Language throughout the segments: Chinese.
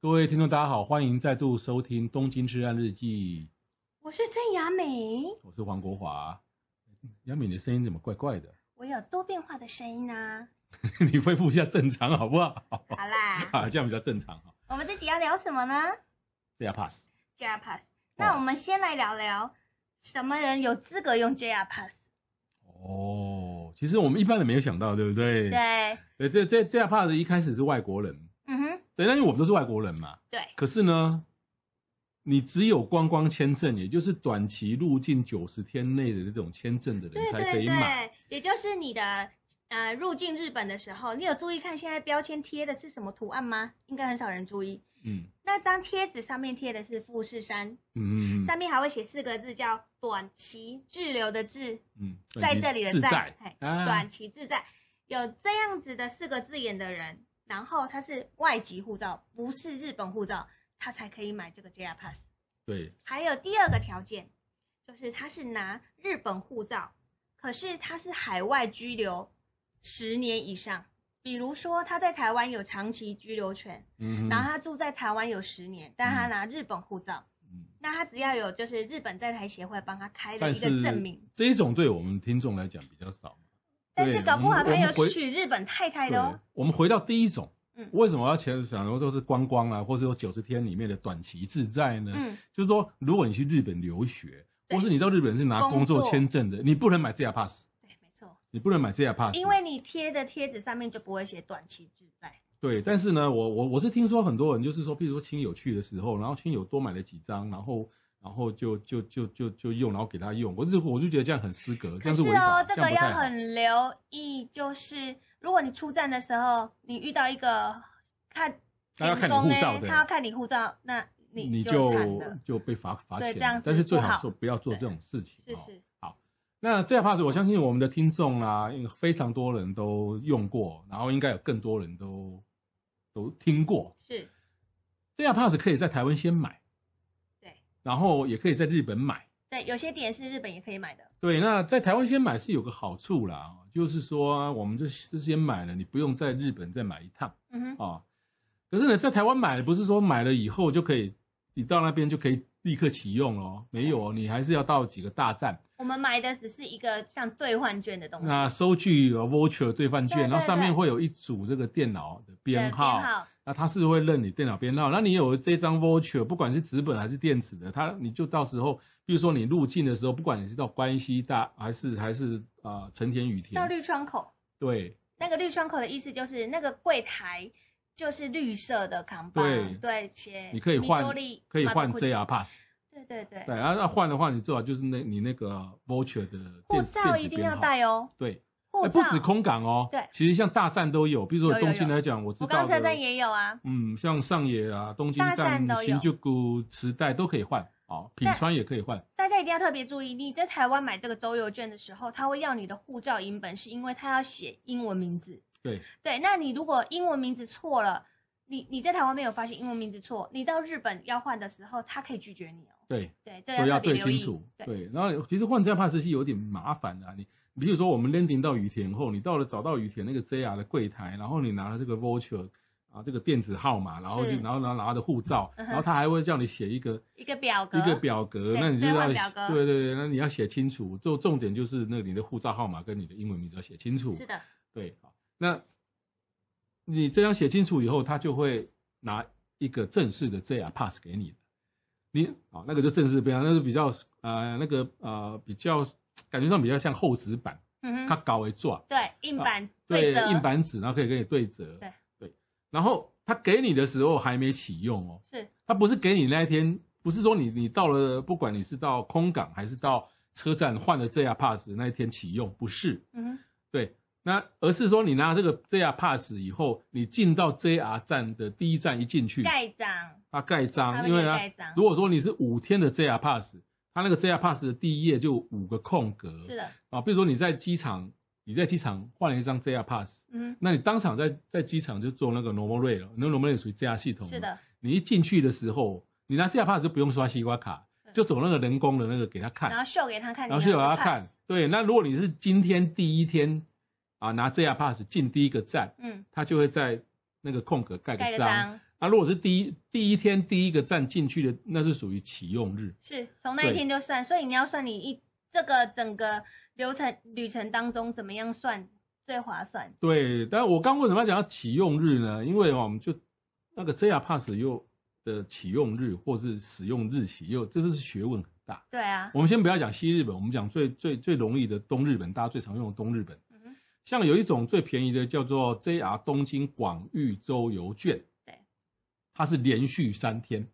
各位听众，大家好，欢迎再度收听《东京之案日记我是郑雅美，》，我是黄国华。杨敏，你的声音怎么怪怪的？我有多变化的声音啊。 你恢复一下正常好不好？ 好啦，啊，这样比较正常哈。我们这集要聊什么呢这样 pass。 ？JR Pass。那我们先来聊聊什么人有资格用 JR Pass。哦，其实我们一般人没有想到，对不对？。对，对，这这这样 pass 一开始是外国人，嗯哼，对，那因为我们都是外国人嘛。对，可是呢，你只有观光签证，也就是短期入境九十天内的这种签证的人对才可对以买。对，也就是你的呃入境日本的时候，你有注意看现在标签贴的是什么图案吗？应该很少人注意。嗯那张贴纸上面贴的是富士山，嗯嗯上面还会写四个字叫“短期滞留”的滞。嗯，嗯在这里的自在在，嘿啊短期自在，有这样子的四个字眼的人，然后他是外籍护照，不是日本护照，他才可以买这个 JR Pass。对，还有第二个条件，就是他是拿日本护照，可是他是海外居留十年以上，比如说他在台湾有长期居留权，嗯然后他住在台湾有十年，但他嗯拿日本护照，嗯那他只要有就是日本在台协会帮他开的但一个是证明。这一种对我们听众来讲比较少。但是搞不好他对我们有回娶日本太太对的哦。，我们回到第一种，嗯为什么要前想说都是观光啊，或者说九十天里面的短期自在呢？嗯，就是说，如果你去日本留学，对或是你到日本是拿工工作作签证的，你不能买 JR Pass，对，没错，你不能买 JR Pass，因为你贴的贴纸上面就不会写短期滞在。对。但是呢，我我我是听说很多人就是说，譬如说亲友去的时候，然后亲友多买了几张，然后。然后就就就就就用，然后给他用，我就我就觉得这样很失格，这可样是违哦法，，这样不个要太好。很留意，就是如果你出站的时候，你遇到一个看他要看你监工护照欸的他要看你护照，那你就就惨了。就被罚罚对钱这样了子，但是最不好好说不要做对这种事情。是哦是，那这 pass 我相信我们的听众啊，因为非常多人都用过，然后应该有更多人都都听过。是，这 pass 可以在台湾先买，对然后也可以在日本买。对，有些点是日本也可以买的。对，那在台湾先买是有个好处啦，就是说啊我们就就先买了，你不用在日本再买一趟嗯哼，啊、可是呢，在台湾买了不是说买了以后就可以，你到那边就可以立刻启用哦，没有哦，你还是要到几个大站。我们买的只是一个像兑换券的东西。那收据呃 voucher 兑换券，对对然后上面对会有一组这个电脑的对编号，编号那它是会认你电脑编号。那你有这张 voucher，不管是纸本还是电子的，它你就到时候，比如说你入境的时候，不管你是到关西大还是还是呃成田羽到田，绿窗口，对那个绿窗口的意思就是那个柜台就是绿色的扛把，对对，写你可以换 Midori 可以换 Madoguchi JR pass，对对对，对，然后换的话，你最好就是那你那个 voucher 的护电照电一子定编要号，带哦，对，护哎照不止空港哦，对其实像大站都有，比如有说有东京有来讲，我知福道冈车的站也有啊，嗯，像上野啊、东京大站站都、有新宿谷、池袋都可以换哦，品但川也可以换。大家一定要特别注意，你在台湾买这个周游券的时候，他会要你的护照影本，是因为他要写英文名字。对对，那你如果英文名字错了，你你在台湾没有发现英文名字错，你到日本要换的时候，他可以拒绝你哦。对，对，这所以要特别对留清意。楚。对，然后其实换 JR Pass 是有点麻烦的、啊，你。比如说，我们 landing 到羽田后，你到了找到羽田那个 JR 的柜台，然后你拿了这个 voucher 啊，这个电子号码，然后是就然后拿拿着护照，嗯哼然后他还会叫你写一个一个表格，一个表格，对那你就兑要换表格对对对，那你要写清楚。就重点就是那个你的护照号码跟你的英文名字要写清楚。是的，对，好，那你这样写清楚以后，他就会拿一个正式的 JR Pass 给你你啊、那个就正式不一样，那是比较呃那个呃比较感觉上比较像厚纸板，嗯它哼，高为抓，对，硬板啊对折，硬板纸，然后可以给你对折，对然后他给你的时候还没启用哦，是他不是给你那一天，不是说你你到了不管你是到空港还是到车站换了 JR Pass 那一天启用，不是，嗯哼，对，那而是说你拿这个 JR Pass 以后，你进到 JR 站的第一站一进去，盖章，它盖他章，嗯们啊因就为盖呢，章如，果说你是五天的 JR Pass，它那个 JR Pass 的第一页就有五个空格，是的，啊，比如说你在机场，你在机场换了一张 JR Pass，嗯，那你当场在在机场就做那个 normal rate 了，那 normal rate 属于 JR 系统，是，的，你一进去的时候，你拿 JR Pass 就不用刷西瓜卡，对就走那个人工的那个给他看然，后秀给他看，然后你就有那他个 pass 看，，对，那如果你是今天第一天啊拿 JR Pass 进第一个站，嗯，他就会在那个空格盖盖个个章。章，那如果是第一第一天第一个站进去的，那是属于启用日。是从那一对天就算，所以你要算你一这个整个流程旅程当中怎么样算最划算，对，但我刚为什么要讲到启用日呢？因为哦，我们就那个 JR Pass 又的启用日或是使用日期又，这是学问很大。对啊，我们先不要讲西日本，我们讲最最最容易的东日本，大家最常用的东日本。嗯哼，像有一种最便宜的叫做 JR 东京广域周游券，对，它是连续三天，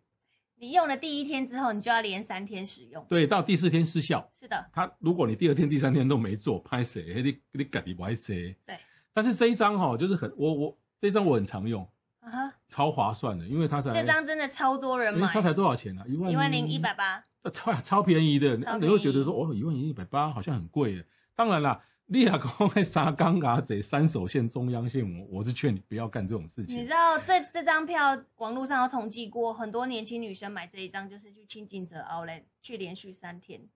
你用了第一天之后，你就要连三天使用，对，到第四天失效。是的，它如果你第二天、第三天都没做，拍谁？你你赶紧拍谁？对。但是这一张哈、就是很我我这张我很常用，啊哈，超划算的，因为它才这张真的超多人诶买它，才多少钱啊？一万呃一万零一百，八，超超便宜的。那超便宜你会觉得说哦，一万零一百八好像很贵耶。当然啦，利亚公在沙冈嘎贼 三手线中央线，我我是劝你不要干这种事你情知。道这这张票网络上有统计过，很多年轻女生买这一张就是去清景泽 Outlet 去连续三 天，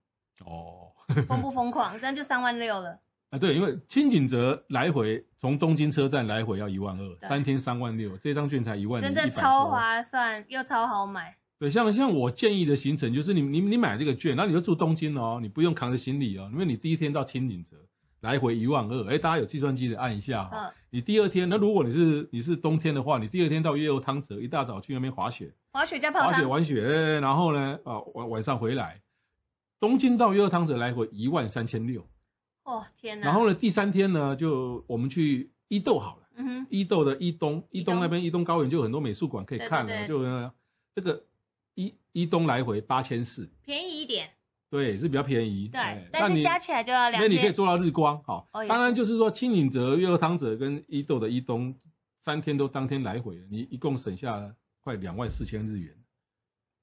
哦，疯不疯狂？这样就三万六了，啊，对，因为清景泽来回从东京车站来回要一万二，三天三万六，这张券才一万零真一的百超多。划算又超好买，对，像像我建议的行程就是你你你买这个券，然后你就住东京哦，你不用扛着行李哦，因为你第一天到清景泽来回一万二，哎，大家有计算机的按一下哈、嗯，你第二天，那如果你是你是冬天的话，你第二天到月游汤泽一大早去那边滑雪，滑雪加泡滑雪汤，玩雪，哎然后呢啊晚晚上回来，东京到月游汤泽来回一万三千六，哦天哪，然后呢第三天呢就我们去伊豆好了。嗯哼，伊豆的伊东，伊伊东东那边伊东高原就有很多美术馆可以看对对了，对就呃这个伊伊东来回八千四，便宜一点，对，是比较便宜。对哎，但那是你加起来就要两那你可以千，做到日光，好、哦也是当然就是说青井泽、月后汤泽跟伊豆的伊东三天都当天来回，啊你一共省下快两万四千日元。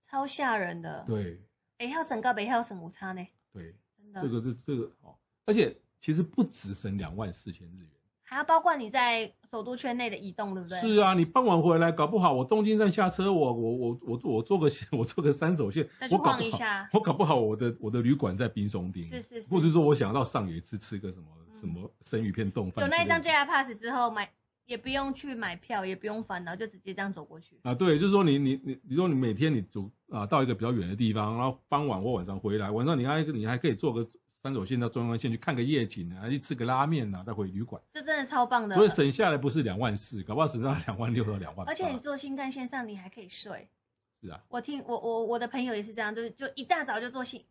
超吓人的，对北跳省跟北跳省无差呢，对，真这的，个这这个哦，而且其实不止省两万四千日元。还要包括你在首都圈内的移动，对不对？是啊，你傍晚回来，搞不好我东京站下车，我我我我坐我坐个 我坐个三手线再，去我搞晃不一好下，我搞不好我的我的旅馆在冰松町，啊是是是或者说我想到上野一次吃个什么、嗯什么生鱼片冻饭有之类的，那一张 JR Pass 之后买，也不用去买票，也不用烦恼，就直接这样走过去。啊，对，就是说你你你，你说你每天你走啊到一个比较远的地方，然后傍晚或晚上回来，晚上你还你还可以坐个三手线到中央线去看个夜景啊，去吃个拉面啊，再回旅馆，这真的超棒的。所以省下来不是两万四，搞不好省下来两万六到两万八，而且你坐新干线上，你还可以睡。是啊，我听我我我的朋友也是这样，就是就一大早就坐新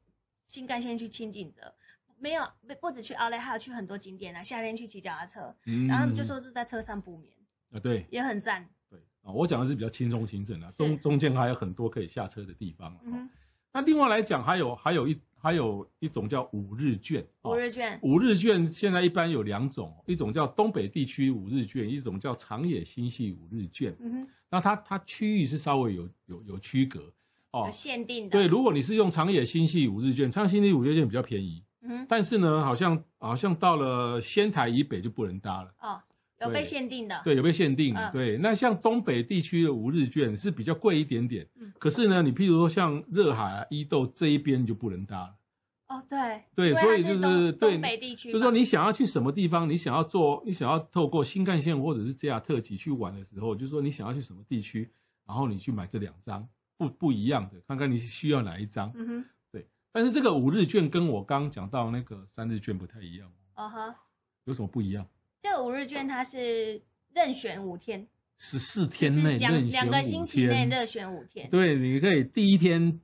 新干线去清景泽，没有不不止去奥莱，还有去很多景点啊。夏天去骑脚踏车，嗯然后他们就说是在车上补眠，啊对。也很赞。对啊，我讲的是比较轻松行程啊，中是中间还有很多可以下车的地方、啊嗯那另外来讲，还有还有一还有一种叫五日券，啊哼，五日券，五日券现在一般有两种，一种叫东北地区五日券，一种叫长野新系五日券。嗯哼，那它它区域是稍微有有有区隔哦有。限定的。对，，如果你是用长野新系五日券，长野新系五日券比较便宜，嗯哼，但是呢，好像好像到了仙台以北就不能搭了。哦，有对被限定的。对，有被限定。嗯对，那像东北地区的五日券是比较贵一点点，嗯可是呢，你譬如说像热海、啊、伊豆这一边就不能搭了。哦，对。对因为所以它就是东对东北地区嘛，就是说，你想要去什么地方，你想要做，你想要透过新干线或者是 JR 特急去玩的时候，就是说你想要去什么地区，然后你去买这两张不不一样的，看看你需要哪一张。嗯哼，但是这个五日券跟我刚刚讲到那个三日券不太一样，哦呵。有什么不一样？这个五日券它是任选五天，十四天内两任选两个星期五内天任选五天。对，你可以第一天，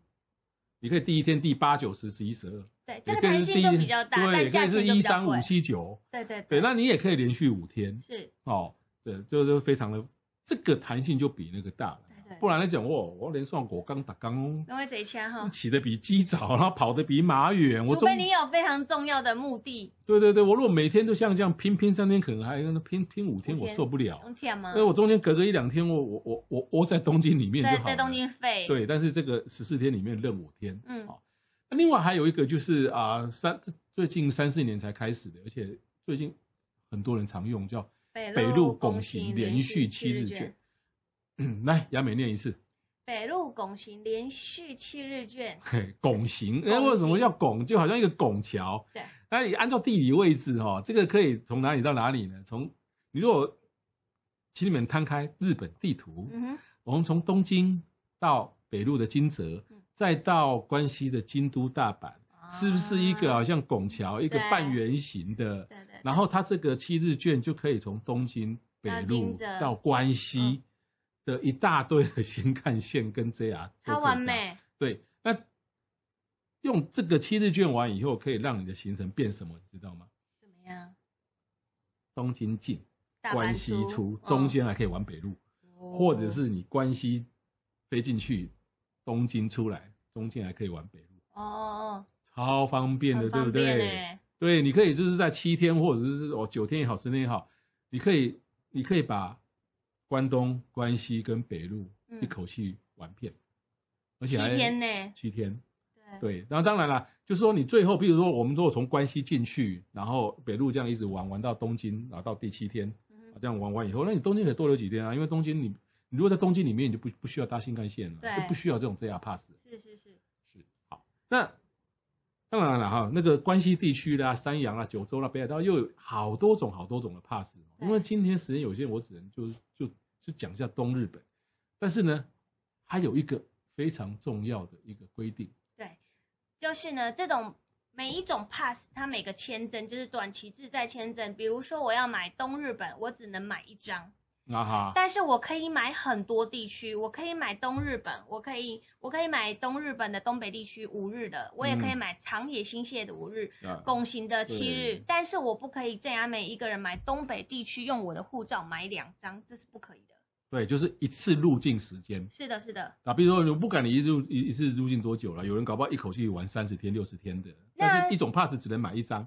你可以第一天第八、九、十、十一、十二，对，这也可个以弹是性第就一比较大，对，但也可价以钱是就比一较三贵五。七九，对对对，那你也可以连续五天是，哦，对，就就非常的这个弹性就比那个大了对对不然来讲，我我连算我刚打刚，因为贼枪哈，起得比鸡早，然后跑得比马远。我除总非你有非常重要的目的，对对对，我如果每天都像这样拼拼三天，可能还拼拼五天，五我天嗯受不了。用舔吗因为？我中间隔个一两天，我我我我窝在东京里面在就好在了。东京废，，对，但是这个十四天里面任我天。嗯好那另外还有一个就是啊、三最近三四年才开始的，而且最近很多人常用叫北北陆陆拱形连续七日卷。。嗯来，雅美念一次。北陆拱形连续七日卷，嘿，拱形，拱那形为什么叫拱？就好像一个拱桥。对，那你按照地理位置哈、哦，这个可以从哪里到哪里呢？从你如果，请你们摊开日本地图，嗯哼，我们从东京到北路的金泽嗯，再到关西的京都大阪，是不是一个好像拱桥，一个对半圆形的？啊对对对，然后它这个七日券就可以从东京北到路金泽嗯到关西的一大堆的新干线跟 JR，都可以超完搭美，对，那用这个七日券完以后，可以让你的行程变什么，你知道吗？怎么样？东京进，大阪嗯关西出，中间还可以玩北路，哦或者是你关西飞进去，东京出来，中间还可以玩北路，哦哦超方哦，便的，很对不方便对？欸对，你可以就是在七天或者是哦九天也好，十天也好，你可以你可以把关东、关西跟北路嗯一口气玩遍，而七且还天呢，七天，对，对，然后当然啦，就是说你最后，比如说我们如果从关西进去，然后北路这样一直玩玩到东京，然后到第七天，嗯哼这样玩完以后，那你东京可以多留几天啊，因为东京你你如果在东京里面，你就不不需要搭新干线了，对就不需要这种 JR Pass。是是是，那当然了哈，那个关西地区啦、山阳啦、九州啦、北海道又有好多种好多种的 pass 哦。对因为今天时间有限，我只能就是就就讲一下东日本。但是呢，还有一个非常重要的一个规定，对，就是呢，这种每一种 pass，它每个签证就是短期滞在签证。比如说，我要买东日本，我只能买一张，啊哈。但是我可以买很多地区，我可以买东日本，我可以我可以买东日本的东北地区五日的，我也可以嗯买长野新泻的五日，啊拱形的七日对，但是我不可以郑雅美一个人买东北地区用我的护照买两张，这是不可以的。对，就是一次入境时间是的，是的。啊。比如说，你不管你一入一一次入境多久了，有人搞不好一口气玩三十天、六十天的，那但是一种 pass 只能买一张。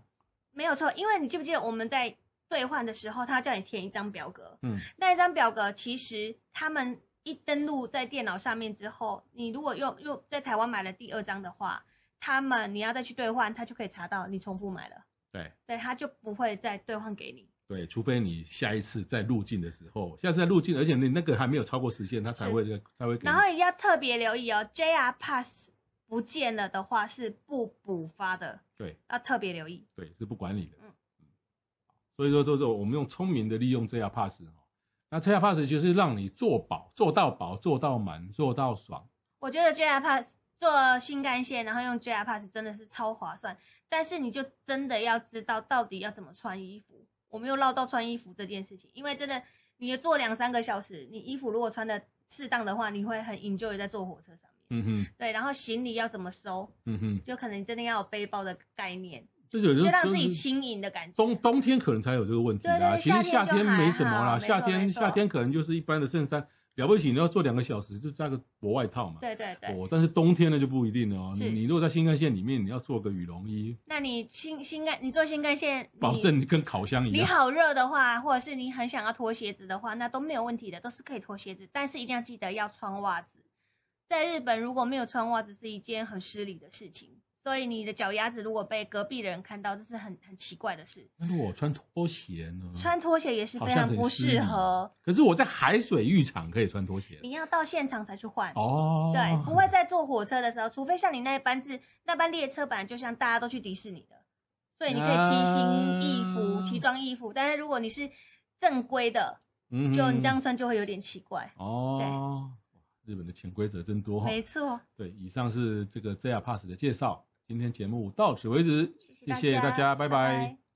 没有错，因为你记不记得我们在兑换的时候，他叫你填一张表格，嗯，那一张表格其实他们一登录在电脑上面之后，你如果又又在台湾买了第二张的话，他们你要再去兑换，他就可以查到你重复买了，对对，他就不会再兑换给你。对，除非你下一次再入境的时候，下次再入境，而且你那个还没有超过时限，他才会才会给你然。后也要特别留意哦，JR Pass 不见了的话是不补发的，对要特别留意。对，是不管你的。嗯所以说，这种我们用聪明的利用 JR Pass 哦，那 JR Pass 就是让你做保，做到饱，做到满，做到爽。我觉得 JR Pass 坐新干线，然后用 JR Pass 真的是超划算，但是你就真的要知道到底要怎么穿衣服。我们又唠到穿衣服这件事情，因为真的你坐两三个小时，你衣服如果穿的适当的话，你会很 enjoy 在坐火车上面。嗯哼，对，然后行李要怎么收，嗯哼，就可能真的要有背包的概念，就是有就时候让自己轻盈的感觉。冬冬天可能才有这个问题啦，对对其实夏夏天就天没什么啦，还好夏天没错夏天可能就是一般的衬衫，了不起你要做两个小时就加个薄外套嘛。对对对，哦，但是冬天呢就不一定了哦。是你你如果在新干线里面，你要做个羽绒衣，那你新新干你坐新干线，你保证跟烤箱一你样。好热的话，或者是你很想要脱鞋子的话，那都没有问题的，都是可以脱鞋子，但是一定要记得要穿袜子。在日本，如果没有穿袜子是一件很失礼的事情，所以你的脚丫子如果被隔壁的人看到，这是很很奇怪的事。那如果我穿拖鞋呢？穿拖鞋也是嗯好非像常很不失礼哦适合，。可是我在海水浴场可以穿拖鞋。你要到现场才去换。哦，对，不会在坐火车的时候，除非像你那一班是那班列车，本来就像大家都去迪士尼的，所以你可以奇形异服、啊奇装异服。但是如果你是正规的，嗯哼就你这样穿就会有点奇怪。哦。哇日本的潜规则真多哈。没错，对，以上是这个 JR Pass 的介绍。今天节目到此为止，谢谢谢大家拜拜拜